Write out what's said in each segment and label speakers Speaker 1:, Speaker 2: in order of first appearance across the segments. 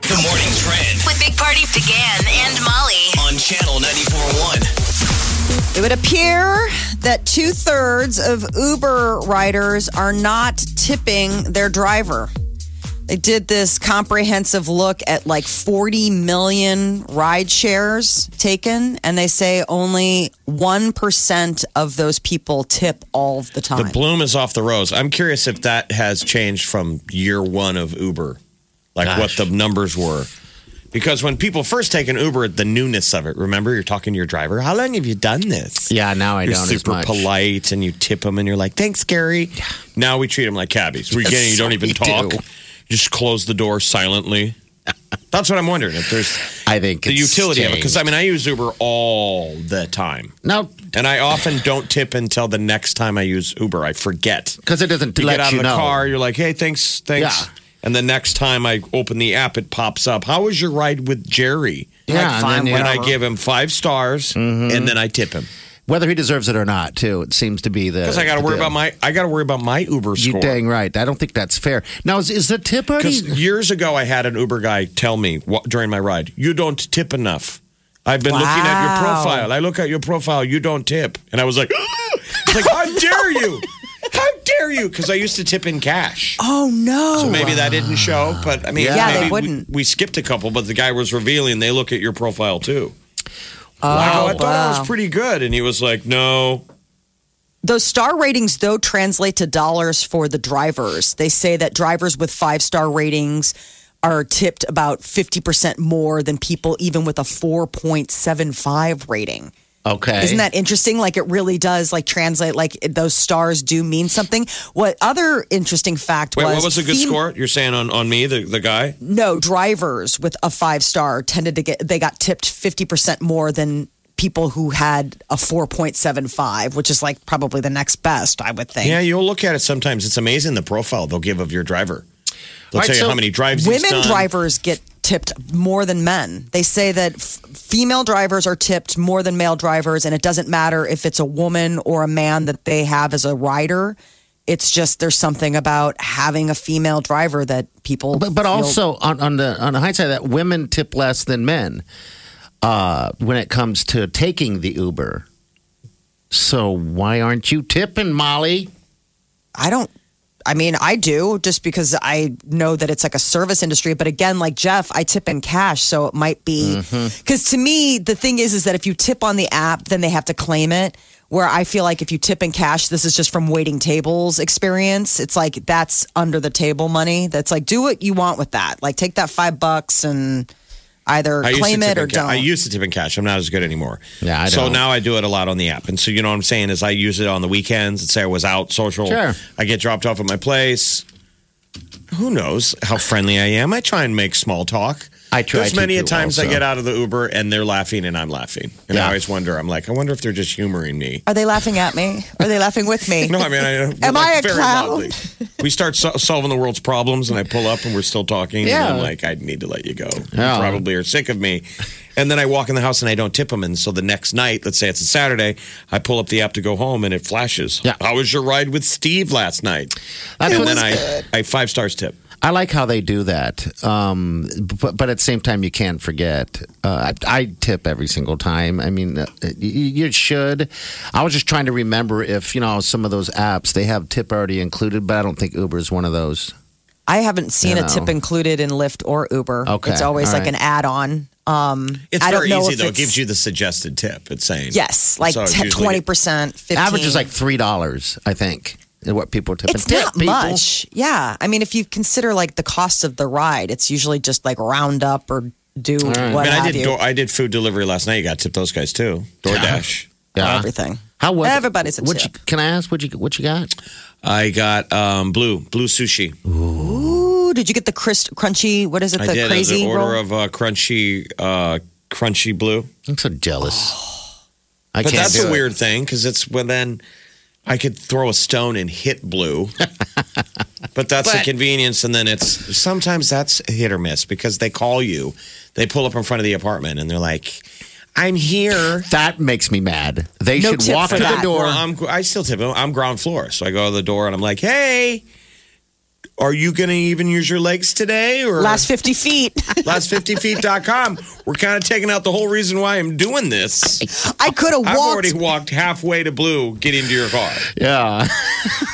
Speaker 1: The morning trend
Speaker 2: with Big Party began and Molly.
Speaker 1: on channel 94.1.
Speaker 3: It would appear that two thirds of Uber riders are not tipping their driver. They did this comprehensive look at like 40 million ride shares taken, and they say only 1% of those people tip all of the
Speaker 4: The
Speaker 3: time.
Speaker 4: bloom is off the rose. I'm curious if that has changed from year one of Uber, like
Speaker 1: Gosh.
Speaker 4: what the numbers were. Because when people first take an Uber, the newness of it. Remember, you're talking to your driver. How long have you done this?
Speaker 5: Yeah, now I
Speaker 4: You're
Speaker 5: don't
Speaker 4: super
Speaker 5: as much.
Speaker 4: polite, and you tip them, and you're like, "Thanks, Gary." Now we treat them like cabbies. We again, you don't even
Speaker 5: we
Speaker 4: talk.
Speaker 5: do.
Speaker 4: You just close the door silently. That's what I'm wondering if there's
Speaker 5: I think
Speaker 4: the
Speaker 5: it's
Speaker 4: utility of it. Because I
Speaker 5: changed.
Speaker 4: mean, I use Uber all the time.
Speaker 5: no,
Speaker 4: And I often don't tip until the next time I use Uber. I forget.
Speaker 5: because it doesn't
Speaker 4: You
Speaker 5: let
Speaker 4: get out
Speaker 5: you
Speaker 4: of the
Speaker 5: know.
Speaker 4: car, you're like, hey, thanks, thanks.
Speaker 5: Yeah.
Speaker 4: And the next time I open the app, it pops up. How was your ride with Jerry?
Speaker 5: Yeah, and then you- Mm-hmm.
Speaker 4: And I give him five stars, and then I tip him
Speaker 5: whether he deserves it or not, too. It seems to be the
Speaker 4: because I got to
Speaker 5: the
Speaker 4: worry
Speaker 5: deal.
Speaker 4: about my I got to worry about my Uber
Speaker 5: Uh, You
Speaker 4: score.
Speaker 5: dang right. I don't think that's fair. Now is, is the tip
Speaker 4: Because
Speaker 5: already?
Speaker 4: years ago, I had an Uber guy tell me wh- during my ride, "You don't tip enough." I've been looking at your
Speaker 3: Wow.
Speaker 4: profile. I look at your profile. You don't tip, and I was like, it's "Like how dare you? How dare you?" Because I used to tip in cash.
Speaker 3: oh, no.
Speaker 4: So maybe that didn't show, but I mean,
Speaker 5: Yeah. Yeah, they
Speaker 4: maybe we-
Speaker 3: wouldn't.
Speaker 4: We, skipped a couple, but the guy was revealing they look at your profile too.
Speaker 3: Oh,
Speaker 4: I go, I thought I
Speaker 3: wow.
Speaker 4: was pretty good, and he was like, "No,
Speaker 3: Those star ratings, though, translate to dollars for the drivers. They say that drivers with five star ratings are tipped about 50% more than people even with a 4.75 rating.
Speaker 5: Okay,
Speaker 3: Isn't that interesting? Like it really does like translate like those stars do mean something. What other interesting fact
Speaker 4: wait,
Speaker 3: was
Speaker 4: what was a good
Speaker 3: fem-
Speaker 4: score?" You're saying on on me, the the guy.
Speaker 3: No, drivers with a five star tended to get they got tipped fifty percent more than people who had a four point seven five, which is like probably the next best, I would think.
Speaker 4: Yeah, you'll look at it sometimes. It's amazing the profile they'll give of your driver. They'll
Speaker 5: All right,
Speaker 4: tell you
Speaker 5: so
Speaker 4: how many drives he's
Speaker 3: Women
Speaker 4: done.
Speaker 3: drivers get tipped more than men. They say that f- female drivers are tipped more than male drivers, and it doesn't matter if it's a woman or a man that they have as a rider. It's just there's something about having a female driver that people.
Speaker 5: but, but
Speaker 3: feel-
Speaker 5: also on, on the on the hindsight, that women tip less than men uh, when it comes to taking the Uber. So why aren't you tipping, Molly?
Speaker 3: I don't. I mean, I do just because I know that it's like a service industry. But again, like Jeff, I tip in cash, so it might be
Speaker 4: Mm-hmm.
Speaker 3: because to me the thing is is that if you tip on the app, then they have to claim it. Where I feel like if you tip in cash, this is just from waiting tables experience. It's like that's under the table money. That's like do what you want with that. Like take that five bucks and either
Speaker 4: I used to
Speaker 3: claim
Speaker 4: tip
Speaker 3: it
Speaker 4: in
Speaker 3: or
Speaker 4: ca-
Speaker 3: don't.
Speaker 4: I used to tip in cash. I'm not as good anymore.
Speaker 5: Yeah, I
Speaker 4: so
Speaker 5: don't.
Speaker 4: now I do it a lot on the app. And so you know what I'm saying is I use it on the weekends. And say I was out social.
Speaker 5: Sure.
Speaker 4: I get dropped off at my place. Who knows how friendly I am? I try and make small talk.
Speaker 5: I try
Speaker 4: There's
Speaker 5: to
Speaker 4: many a
Speaker 5: do
Speaker 4: times I
Speaker 5: also.
Speaker 4: get out of the Uber and they're laughing and I'm laughing. And I
Speaker 5: Yeah.
Speaker 4: always wonder. I'm like, I wonder if they're just humoring me.
Speaker 3: Are they laughing at me? Are they laughing with me?
Speaker 4: No, I mean, I, we're,
Speaker 3: Am I
Speaker 4: like,
Speaker 3: a
Speaker 4: very
Speaker 3: clown?
Speaker 4: loudly. We start so- solving the world's problems, and I pull up, and we're still talking.
Speaker 5: Yeah.
Speaker 4: And I'm like, I need to let you go.
Speaker 5: Yeah.
Speaker 4: You probably are sick of me. And then I walk in the house, and I don't tip them. And so the next night, let's say it's a Saturday, I pull up the app to go home, and it flashes.
Speaker 5: Yeah.
Speaker 4: How was your ride with Steve last night?
Speaker 5: That's
Speaker 4: and
Speaker 5: what-
Speaker 4: then I, I five stars tip.
Speaker 5: I like how they do that, um, but, but at the same time, you can't forget. Uh, I, I tip every single time. I mean, uh, you, you should. I was just trying to remember if you know some of those apps they have tip already included, but I don't think Uber is one of those.
Speaker 3: I haven't seen
Speaker 5: You
Speaker 3: a tip
Speaker 5: know.
Speaker 3: included in Lyft or Uber.
Speaker 5: Okay,
Speaker 3: It's always
Speaker 5: all
Speaker 3: like
Speaker 5: right.
Speaker 3: an add on. Um,
Speaker 4: It's
Speaker 3: I don't
Speaker 4: very
Speaker 3: know
Speaker 4: easy
Speaker 3: if
Speaker 4: though. It
Speaker 3: it's-
Speaker 4: gives you the suggested tip. It's saying
Speaker 3: Yes, like
Speaker 4: So it's
Speaker 3: 10,
Speaker 4: usually-
Speaker 3: 20%, 15
Speaker 5: Average is like three dollars, I think, is what people tip.
Speaker 3: It's
Speaker 5: And tip,
Speaker 3: not
Speaker 5: people.
Speaker 3: much. Yeah. I mean, if you consider like the cost of the ride, it's usually just like round up or do
Speaker 4: I
Speaker 3: what
Speaker 4: mean, I
Speaker 3: have
Speaker 4: did
Speaker 3: you.
Speaker 4: door, I did food delivery last night. You got to tip those guys too. DoorDash.
Speaker 5: Yeah.
Speaker 3: Everything.
Speaker 5: How was it?
Speaker 3: Everybody's a
Speaker 5: what
Speaker 3: tip.
Speaker 5: You, can I ask what you what you got?
Speaker 4: I got um, blue blue sushi.
Speaker 3: Ooh, too? Did you get the crisp, crunchy? What is it?
Speaker 4: I
Speaker 3: The
Speaker 4: did as
Speaker 3: crazy
Speaker 4: an order
Speaker 3: roll?
Speaker 4: of uh, crunchy, uh, crunchy blue.
Speaker 5: I'm so jealous.
Speaker 3: Oh.
Speaker 5: I
Speaker 4: But
Speaker 5: can't
Speaker 4: that's
Speaker 5: do
Speaker 4: a
Speaker 5: it.
Speaker 4: weird thing because it's well then I could throw a stone and hit blue. but that's the
Speaker 3: But-
Speaker 4: convenience, and then it's sometimes that's hit or miss because they call you, they pull up in front of the apartment, and they're like, "I'm here."
Speaker 5: That makes me mad. They
Speaker 3: No
Speaker 5: should
Speaker 3: tip
Speaker 5: walk
Speaker 3: for
Speaker 5: to the
Speaker 3: that.
Speaker 5: door.
Speaker 4: Well, I'm, I still tip them. I'm ground floor, so I go to the door and I'm like, "Hey." Are you going to even use your legs today or
Speaker 3: Last 50 feet.
Speaker 4: last50feet.com? We're kind of taking out the whole reason why I'm doing this.
Speaker 3: I could have
Speaker 4: I've
Speaker 3: walked.
Speaker 4: already walked halfway to blue getting to your car.
Speaker 5: yeah.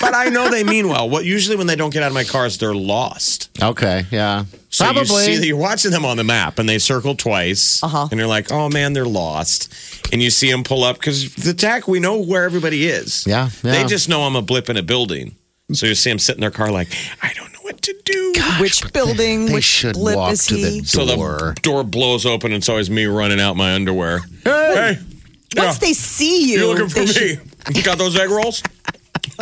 Speaker 4: But I know they mean well. What usually when they don't get out of my cars, they're lost.
Speaker 5: Okay. Yeah.
Speaker 4: So
Speaker 5: Probably.
Speaker 4: you see that you're watching them on the map and they circle twice.
Speaker 3: Uh-huh.
Speaker 4: And you're like, oh man, they're lost. And you see them pull up because the tack, we know where everybody is.
Speaker 5: Yeah,
Speaker 4: They
Speaker 5: yeah.
Speaker 4: just know I'm a blip in a building. So you see them sit in their car like, I don't know what to do.
Speaker 3: which building?
Speaker 5: they
Speaker 3: which
Speaker 5: should
Speaker 3: blip
Speaker 5: walk
Speaker 3: is
Speaker 5: to
Speaker 3: he?
Speaker 5: the
Speaker 4: So
Speaker 5: door.
Speaker 4: the door blows open and it's always me running out my underwear. Hey,
Speaker 3: Once
Speaker 4: yeah,
Speaker 3: they see you,
Speaker 4: you're looking for
Speaker 3: they
Speaker 4: me.
Speaker 3: should
Speaker 4: You got those egg rolls?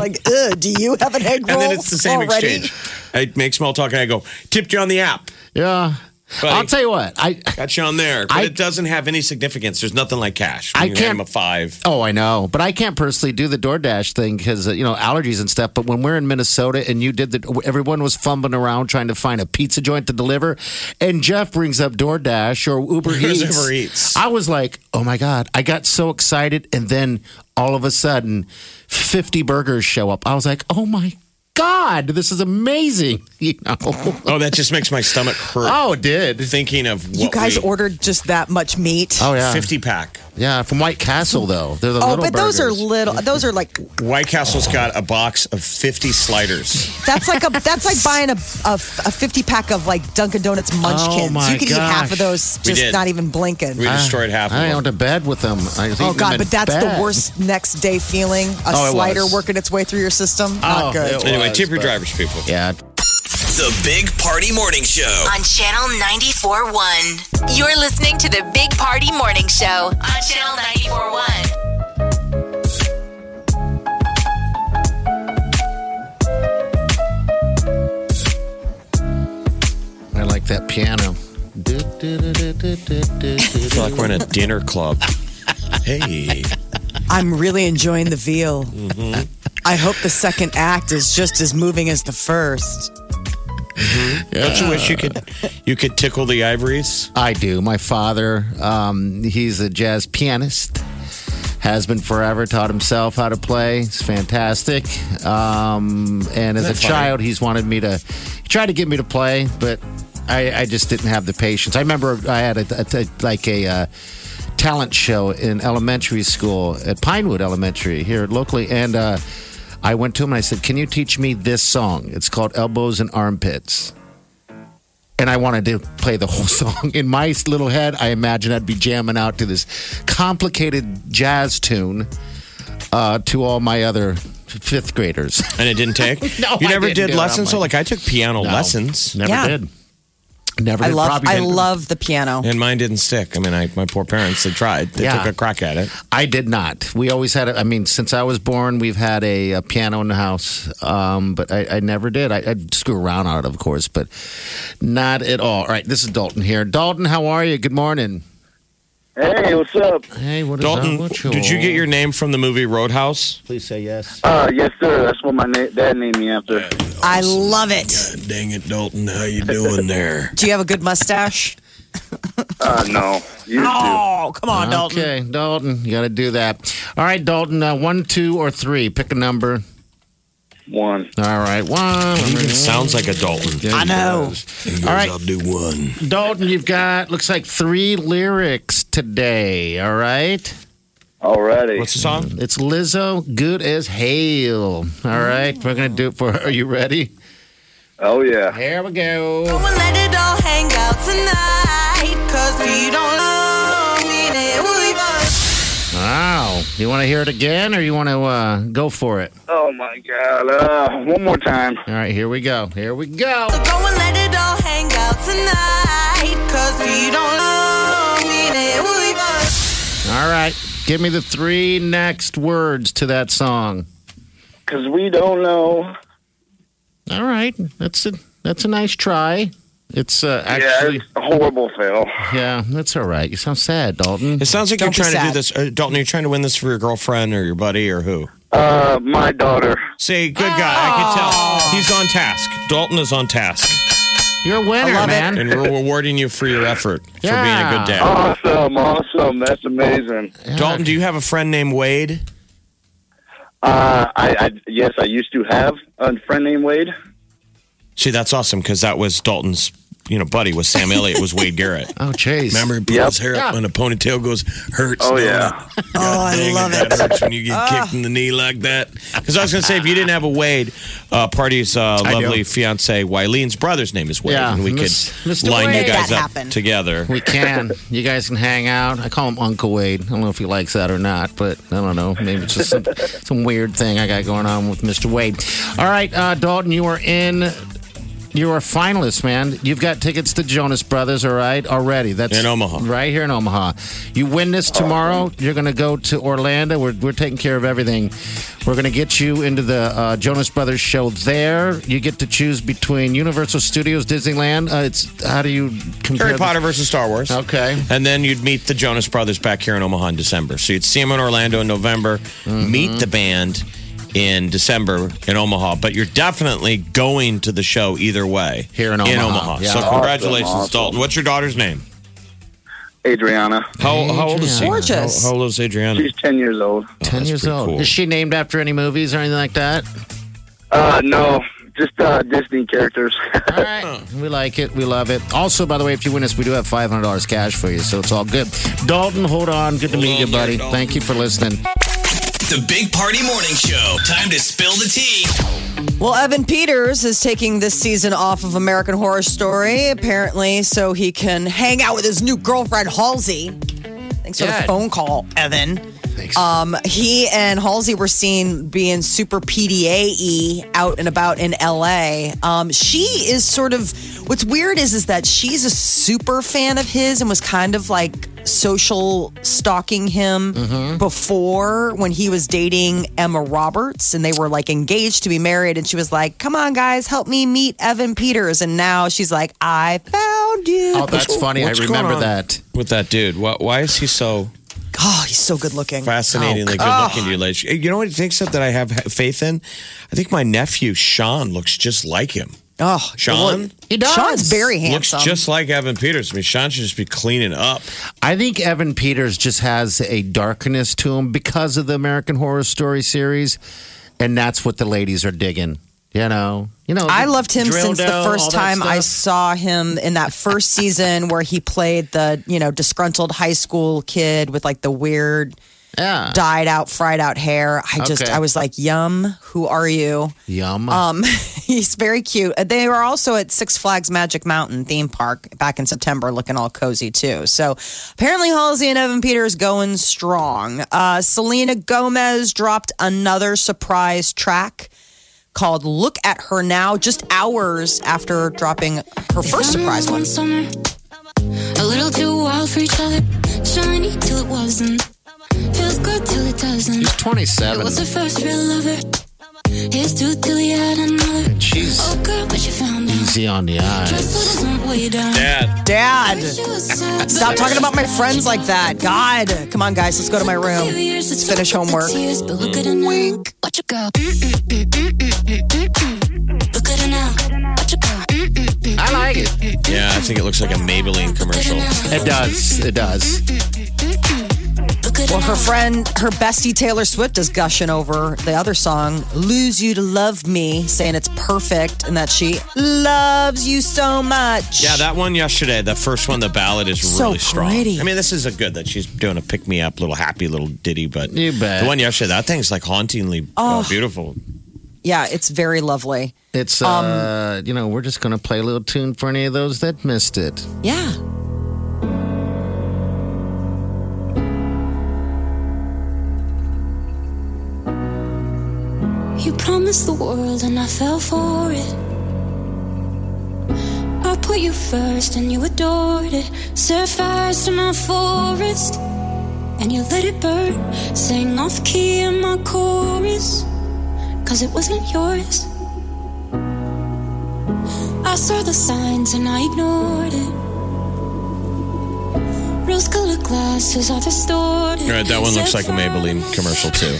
Speaker 3: like, Ugh, do you have an egg roll
Speaker 4: And then it's the same
Speaker 3: already?
Speaker 4: exchange. I make small talk and I go, tipped you on the app.
Speaker 5: yeah.
Speaker 4: Buddy.
Speaker 5: I'll tell you what. I.
Speaker 4: Got you on there. But
Speaker 5: I-
Speaker 4: it doesn't have any significance. There's nothing like cash. When
Speaker 5: I
Speaker 4: you hand
Speaker 5: can't-
Speaker 4: them a five.
Speaker 5: Oh, I know, but I can't personally do the DoorDash thing because you know allergies and stuff. But when we're in Minnesota and you did the, everyone was fumbling around trying to find a pizza joint to deliver, and Jeff brings up DoorDash or Uber
Speaker 4: Where's
Speaker 5: Eats.
Speaker 4: Uber Eats?
Speaker 5: I was like, oh my god! I got so excited, and then all of a sudden, fifty burgers show up. I was like, oh my god, this is amazing! You know?
Speaker 4: Oh, that just makes my stomach hurt.
Speaker 5: oh, it did.
Speaker 4: Thinking of what
Speaker 3: You guys
Speaker 4: we-
Speaker 3: ordered just that much meat.
Speaker 5: Oh yeah,
Speaker 4: 50 pack.
Speaker 5: yeah. From White Castle though, they're the
Speaker 3: Oh,
Speaker 5: little
Speaker 3: but those are
Speaker 5: burgers.
Speaker 3: little. Those are like
Speaker 4: White Castle's got a box of 50 sliders.
Speaker 3: that's like a that's like buying a a, a fifty pack of like Dunkin' Donuts Munchkins.
Speaker 5: Oh my
Speaker 3: you could eat half of
Speaker 5: gosh.
Speaker 3: those
Speaker 4: We
Speaker 3: just
Speaker 4: did.
Speaker 3: not even blinking.
Speaker 4: We destroyed half of
Speaker 5: Ah. I
Speaker 4: them.
Speaker 5: went to bed with them. I was
Speaker 3: oh
Speaker 5: eating
Speaker 3: God,
Speaker 5: them in
Speaker 3: but that's
Speaker 5: bed.
Speaker 3: the worst next day feeling. A
Speaker 5: Oh, it
Speaker 3: slider
Speaker 5: was.
Speaker 3: working its way through your system.
Speaker 5: Oh,
Speaker 3: not good.
Speaker 5: it
Speaker 4: Anyway,
Speaker 5: was,
Speaker 4: tip your
Speaker 5: but-
Speaker 4: drivers, people.
Speaker 5: Yeah.
Speaker 1: The Big Party Morning Show.
Speaker 2: on Channel 94.1. You're listening to the Big Party Morning Show on Channel 94.1.
Speaker 5: I like that piano.
Speaker 4: I feel like we're in a dinner club. Hey.
Speaker 3: I'm really enjoying the veal.
Speaker 5: Mm-hmm.
Speaker 3: I hope the second act is just as moving as the first.
Speaker 4: Don't you wish you could you could tickle the ivories?
Speaker 5: I do. My father, um, he's a jazz pianist, has been forever, taught himself how to play. It's fantastic. Um, and as a
Speaker 4: Isn't that funny?
Speaker 5: child, he's wanted me to, he tried to get me to play, but I, I just didn't have the patience. I remember I had a, a- a- like a, uh, talent show in elementary school at Pinewood Elementary here locally, and uh, I went to him and I said, "Can you teach me this song? It's called Elbows and Armpits." And I wanted to play the whole song. In my little head, I imagine I'd be jamming out to this complicated jazz tune uh, to all my other fifth graders.
Speaker 4: And it didn't take?
Speaker 5: No,
Speaker 4: You
Speaker 5: I
Speaker 4: never
Speaker 5: didn't
Speaker 4: did
Speaker 5: do it.
Speaker 4: lessons?
Speaker 5: I'm
Speaker 4: So,
Speaker 5: like-
Speaker 4: like, I took piano
Speaker 5: No.
Speaker 4: lessons.
Speaker 5: Never
Speaker 3: Yeah.
Speaker 5: did. Never.
Speaker 3: I
Speaker 5: did.
Speaker 3: love
Speaker 5: Probably
Speaker 3: I
Speaker 5: didn't-
Speaker 3: love the piano.
Speaker 4: And mine didn't stick. I mean, I, my poor parents, they tried. They
Speaker 5: Yeah.
Speaker 4: took a crack at it.
Speaker 5: I did not. We always had. A, I mean, since I was born, we've had a, a piano in the house, um, but I, I never did. I, I'd screw around on it, of course, but not at all. All right, this is Dalton here. Dalton, how are you? Good morning.
Speaker 6: Hey, what's up?
Speaker 5: Hey, what is
Speaker 4: Dalton,
Speaker 5: up with you?
Speaker 4: did you get your name from the movie Roadhouse?
Speaker 5: Please say yes.
Speaker 6: Uh, yes, sir. That's what my na- dad named me after.
Speaker 3: I love it.
Speaker 4: Ah, Dang it, Dalton, how you doing there?
Speaker 3: Do you have a good mustache?
Speaker 6: Uh, no, you do.
Speaker 3: Oh, come on, Dalton.
Speaker 5: Okay, Dalton, you got to do that. All right, Dalton, uh, one, two, or three. Pick a number.
Speaker 6: One.
Speaker 5: All right, one.
Speaker 4: It sounds like a Dalton.
Speaker 5: There
Speaker 3: I
Speaker 5: he
Speaker 3: know.
Speaker 5: goes. All right,
Speaker 4: do one.
Speaker 5: Dalton, you've got looks like three lyrics today. All right.
Speaker 6: Alrighty.
Speaker 4: What's the song?
Speaker 5: It's Lizzo, good as hail. All right, we're gonna do it for her. Are you ready?
Speaker 6: oh yeah.
Speaker 5: Here we go.
Speaker 7: We'll let it all hang out tonight. Cause we don't love me, then we must.
Speaker 5: Wow. You want to hear it again, or you want to uh, go for it?
Speaker 6: Oh my God. Uh, one more time.
Speaker 5: All right, here we go. Here we go.
Speaker 7: So go and let it all hang out tonight. Cause we don't love me, then we must.
Speaker 5: All right, give me the three next words to that song.
Speaker 6: Cause we don't know.
Speaker 5: All right, that's it. That's a nice try. It's uh, actually,
Speaker 6: yeah, it's a horrible fail.
Speaker 5: yeah, that's all right. You sound sad, Dalton.
Speaker 4: It sounds like
Speaker 3: Don't
Speaker 4: you're
Speaker 3: be
Speaker 4: trying to do
Speaker 3: sad.
Speaker 4: this, uh, Dalton. You're trying to win this for your girlfriend or your buddy or who?
Speaker 6: Uh, my daughter.
Speaker 4: See, good guy. I
Speaker 5: Oh.
Speaker 4: can tell he's on task. Dalton is on task,
Speaker 5: You're a winner,
Speaker 3: love it.
Speaker 5: man.
Speaker 4: and we're rewarding you for your effort for being a
Speaker 5: Yeah.
Speaker 4: good dad.
Speaker 6: Awesome, awesome. That's amazing.
Speaker 4: Dalton, do you have a friend named Wade?
Speaker 6: Uh, I, I yes, I used to have a friend named Wade.
Speaker 4: See, that's awesome because that was Dalton's, you know, buddy was Sam Elliott was Wade Garrett.
Speaker 5: Oh, jeez.
Speaker 4: Remember, he pulls
Speaker 6: Yep.
Speaker 4: his hair up
Speaker 5: Yeah.
Speaker 4: and a ponytail goes hurts.
Speaker 6: Oh
Speaker 4: don't
Speaker 6: yeah.
Speaker 3: Oh, I
Speaker 4: Dang,
Speaker 3: love
Speaker 4: that
Speaker 3: it. Ah.
Speaker 4: hurts when you get kicked in the knee like that. Because I was going to say, if you didn't have a Wade, uh, party's uh,
Speaker 5: I do.
Speaker 4: lovely fiance Wylene's brother's name is Wade,
Speaker 5: Yeah,
Speaker 4: and we
Speaker 5: Miss-
Speaker 4: could
Speaker 5: Mr.
Speaker 4: line
Speaker 3: Wade.
Speaker 4: you guys
Speaker 3: That
Speaker 4: up
Speaker 3: happened.
Speaker 4: together.
Speaker 5: We can. You guys can hang out. I call him Uncle Wade. I don't know if he likes that or not, but I don't know. Maybe it's just some, some weird thing I got going on with Mr. Wade. All right, uh, Dalton, you are in. You are a finalist, man. You've got tickets to Jonas Brothers, all right, already. That's
Speaker 4: In Omaha. Oh.
Speaker 5: right here in Omaha. You win this tomorrow. You're going to go to Orlando. We're, we're taking care of everything. We're going to get you into the uh, Jonas Brothers show there. You get to choose between Universal Studios, Disneyland. Uh, it's how do you compare?
Speaker 4: Harry
Speaker 5: the-
Speaker 4: Potter versus Star Wars.
Speaker 5: Okay.
Speaker 4: And then you'd meet the Jonas Brothers back here in Omaha in December. So you'd see them in Orlando in November, meet the band in December in Omaha. But you're definitely going to the show either way
Speaker 5: Here in
Speaker 4: In
Speaker 5: Omaha.
Speaker 4: Omaha.
Speaker 5: Yeah.
Speaker 4: So
Speaker 5: Awesome,
Speaker 4: congratulations,
Speaker 6: awesome.
Speaker 4: Dalton. What's your daughter's name?
Speaker 6: Adriana.
Speaker 4: How, how old is she?
Speaker 3: Gorgeous.
Speaker 4: How, how old is Adriana?
Speaker 6: She's ten years old.
Speaker 5: 10
Speaker 4: that's
Speaker 5: years
Speaker 4: pretty
Speaker 5: old.
Speaker 4: cool.
Speaker 5: Is she named after any movies or anything like that?
Speaker 6: Uh, no, just uh, Disney characters.
Speaker 5: All right. We like it. We love it. Also, by the way, if you win us, we do have $500 cash for you, so it's all good. Dalton, hold on. Good to meet you,
Speaker 4: on there,
Speaker 5: buddy.
Speaker 4: Dalton.
Speaker 5: Thank you for listening.
Speaker 1: The Big Party Morning Show. Time to spill the tea.
Speaker 3: Well, Evan Peters is taking this season off of American Horror Story, apparently, so he can hang out with his new girlfriend, Halsey. Thanks for
Speaker 5: Good.
Speaker 3: the phone call, Evan.
Speaker 5: Thanks.
Speaker 3: Um, he and Halsey were seen being super PDA out and about in LA. Um, she is sort of what's weird is is that she's a super fan of his and was kind of like social stalking him
Speaker 5: Mm-hmm.
Speaker 3: before when he was dating Emma Roberts and they were like engaged to be married and she was like, "Come on guys, help me meet Evan Peters." And now she's like, "I found you."
Speaker 5: oh, that's funny. I
Speaker 4: What's going
Speaker 5: remember
Speaker 4: on
Speaker 5: that.
Speaker 4: With that dude, why, why is he so
Speaker 3: oh, he's so good looking.
Speaker 5: Oh,
Speaker 4: fascinatingly good looking to you, Liz? You know what? Things that I have faith in. I think my nephew Sean looks just like him.
Speaker 3: Oh,
Speaker 4: Sean?
Speaker 5: He does.
Speaker 3: Sean's very
Speaker 4: Looks
Speaker 3: handsome.
Speaker 4: just like Evan Peters. I mean, Sean should just be cleaning up.
Speaker 5: I think Evan Peters just has a darkness to him because of the American Horror Story series, and that's what the ladies are digging. You know, you know.
Speaker 3: I loved him
Speaker 5: Drill
Speaker 3: since the
Speaker 5: down, all
Speaker 3: first
Speaker 5: that
Speaker 3: time I
Speaker 5: stuff.
Speaker 3: saw him in that first season where he played the, you know, disgruntled high school kid with like the weird
Speaker 5: Yeah.
Speaker 3: dyed out, fried out hair. I just,
Speaker 5: Okay.
Speaker 3: I was like, yum, who are you?
Speaker 5: Yum.
Speaker 3: Um, he's very cute. Uh, They were also at Six Flags Magic Mountain theme park back in September, looking all cozy too. So apparently, Halsey and Evan Peters going strong. Uh, Selena Gomez dropped another surprise track called "Look at Her Now," just hours after dropping her first surprise one.
Speaker 8: summer. A little too wild for each other. Shiny till it wasn't. Feels good till it doesn't.
Speaker 5: He's
Speaker 3: Um,
Speaker 5: 27.
Speaker 8: It was the first real lover. Here's two till you had another.
Speaker 5: She's
Speaker 8: Oh, girl, but you found out.
Speaker 5: easy on the eyes.
Speaker 8: Trust us went way down.
Speaker 4: Dad.
Speaker 3: Dad,
Speaker 8: Wish you were sad,
Speaker 3: stop
Speaker 8: but
Speaker 3: talking about my friends like that. God, come on, guys, let's go to my
Speaker 8: few
Speaker 3: room.
Speaker 8: years
Speaker 3: Let's
Speaker 8: to
Speaker 3: finish
Speaker 8: talk
Speaker 3: homework.
Speaker 8: the tears, but look at her now. Watch it go. Look at her now. Watch it go.
Speaker 5: I like it.
Speaker 4: Yeah, I think it looks like a Maybelline commercial.
Speaker 5: It does. It does.
Speaker 8: Look at her
Speaker 3: Well, her
Speaker 8: now.
Speaker 3: friend, her bestie Taylor Swift is gushing over the other song, Lose You to Love Me, saying it's perfect and that she loves you so much.
Speaker 4: Yeah, that one yesterday, the first one, the ballad is
Speaker 3: So
Speaker 4: really strong.
Speaker 3: pretty.
Speaker 4: I mean, this is a good that she's doing a pick me up, little happy little ditty, but
Speaker 5: You bet.
Speaker 4: the one yesterday, that thing's like hauntingly uh,
Speaker 3: Oh.
Speaker 4: beautiful.
Speaker 3: Yeah, it's very lovely.
Speaker 5: It's uh, you know, we're just gonna play a little tune for any of those that missed it.
Speaker 3: Yeah.
Speaker 8: You promised the world and I fell for it. I put you first and you adored it. Set fires to my forest and you let it burn. Sang off key in my chorus, cause it wasn't yours. I saw the signs and I ignored it. Rose colored glasses are distorted.
Speaker 4: All right, that one looks like a Maybelline commercial too.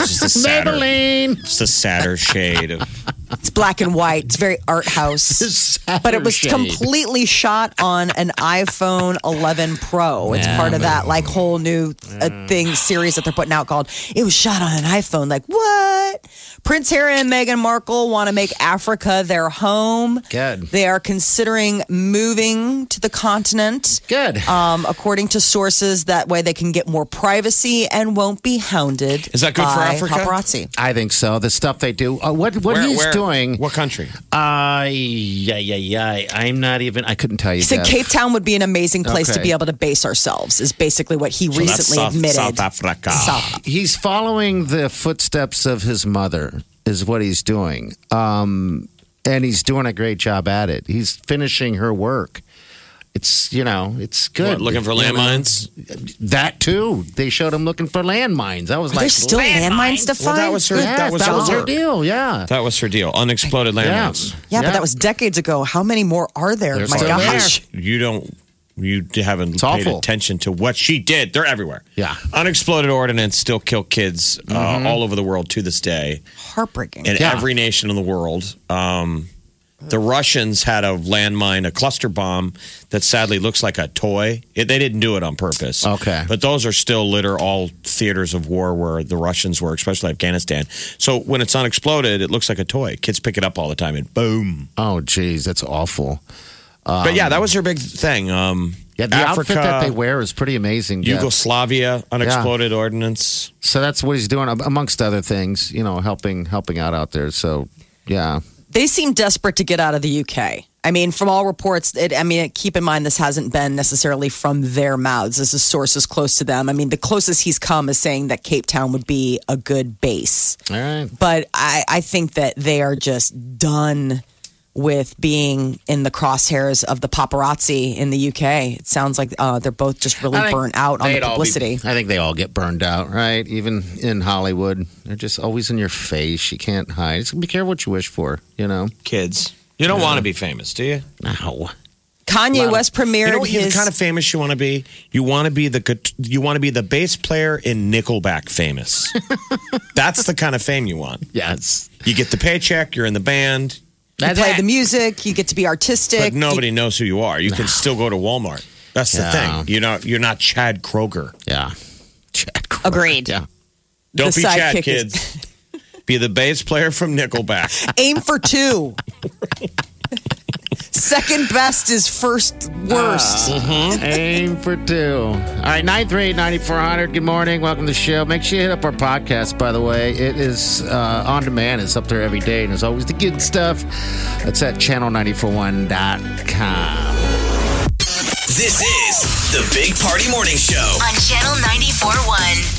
Speaker 4: It's just a sadder,
Speaker 5: Maybelline.
Speaker 4: It's the sadder shade of.
Speaker 3: It's black and white. It's very art house. but it was completely shot on an iPhone 11 Pro. It's part of that like whole new uh, thing series that they're putting out called "It Was Shot on an iPhone." Like what? Prince Harry and Meghan Markle want to make Africa their home.
Speaker 5: Good.
Speaker 3: They are considering moving to the continent.
Speaker 5: Good.
Speaker 3: Um, according to sources, that way they can get more privacy and won't be hounded.
Speaker 4: Is that good for
Speaker 3: by
Speaker 4: Africa?
Speaker 3: Paparazzi.
Speaker 5: I think so. The stuff they do. Uh, what what he's doing?
Speaker 4: What country?
Speaker 5: Uh, yeah, yeah, yeah. I'm not even. I couldn't tell you.
Speaker 3: He said
Speaker 5: Deb.
Speaker 3: Cape Town would be an amazing place to
Speaker 5: Okay.
Speaker 3: be able to base ourselves, is basically what he recently
Speaker 4: South-
Speaker 3: admitted.
Speaker 4: South Africa.
Speaker 3: South-
Speaker 5: he's following the footsteps of his mother is what he's doing um, and he's doing a great job at it he's finishing her work it's you know it's good
Speaker 4: What, looking for
Speaker 5: You know,
Speaker 4: landmines.
Speaker 5: that too they showed him looking for landmines i was like
Speaker 3: There's still landmines to
Speaker 4: Well,
Speaker 3: find.
Speaker 4: that was her.
Speaker 5: yes,
Speaker 4: that was her
Speaker 5: their
Speaker 4: work.
Speaker 5: deal yeah
Speaker 4: That was her deal. Unexploded
Speaker 5: yeah.
Speaker 4: landmines.
Speaker 3: yeah, but that was decades ago. How many more are there?
Speaker 5: There's
Speaker 3: My
Speaker 5: still
Speaker 3: gosh.
Speaker 4: You don't. You haven't
Speaker 5: It's
Speaker 4: paid
Speaker 5: awful.
Speaker 4: attention to what she did. They're everywhere.
Speaker 5: Yeah. Mm-hmm.
Speaker 4: Unexploded ordnance still kill kids uh, all over the world to this day.
Speaker 3: Heartbreaking.
Speaker 4: in
Speaker 5: Yeah.
Speaker 4: every nation in the world. Um, the Russians had a landmine, a cluster bomb that sadly looks like a toy. It, they didn't do it on purpose.
Speaker 5: Okay.
Speaker 4: But those are still litter all theaters of war where the Russians were, especially Afghanistan. So when it's unexploded, it looks like a toy. Kids pick it up all the time and boom.
Speaker 5: oh geez that's awful
Speaker 4: but yeah, that was her big thing. Um,
Speaker 5: yeah the
Speaker 4: Africa,
Speaker 5: outfit that they wear is pretty amazing Deb.
Speaker 4: Yugoslavia, unexploded ordnance.
Speaker 5: so that's what he's doing am- amongst other things you know helping helping out out there so yeah
Speaker 3: They seem desperate to get out of the UK. I mean, from all reports, it, I mean, keep in mind this hasn't been necessarily from their mouths. This is sources close to them. I mean, the closest he's come is saying that Cape Town would be a good base.
Speaker 5: all right
Speaker 3: but I, I think that they are just done with being in the crosshairs of the paparazzi in the UK. It sounds like uh, they're both just really
Speaker 5: I think
Speaker 3: burnt out on the
Speaker 5: they'd all be-
Speaker 3: publicity.
Speaker 5: I think they all get burned out, right? Even in Hollywood, they're just always in your face. You can't hide. Just be careful what you wish for, you know?
Speaker 4: Kids. You don't want to be famous, do you?
Speaker 5: No.
Speaker 3: Kanye West premiered
Speaker 4: You know what
Speaker 3: his
Speaker 4: the kind of famous you want to be? You want to be the gut- you want to be the bass player in Nickelback famous. That's the kind of fame you want.
Speaker 5: Yes.
Speaker 4: You get the paycheck, you're in the band,
Speaker 3: you play the music, you get to be artistic.
Speaker 4: but nobody knows who you are. You can still go to Walmart. That's the
Speaker 5: Yeah.
Speaker 4: thing. You're not you're not Chad Kroger.
Speaker 5: Yeah. Chad Kroger.
Speaker 3: Agreed.
Speaker 5: Yeah.
Speaker 4: Don't
Speaker 3: The
Speaker 4: be Chad,
Speaker 3: sidekick is-
Speaker 4: kids. be the bass player from Nickelback.
Speaker 3: You aim for two. Second best is first worst.
Speaker 5: Aim for two. All right, 938 9400. Good morning. Welcome to the show. Make sure you hit up our podcast, by the way. It is uh, on demand, it's up there every day, and it's always the good stuff. That's at channel941.com.
Speaker 1: This is the Big Party Morning Show.
Speaker 2: on Channel 94.1.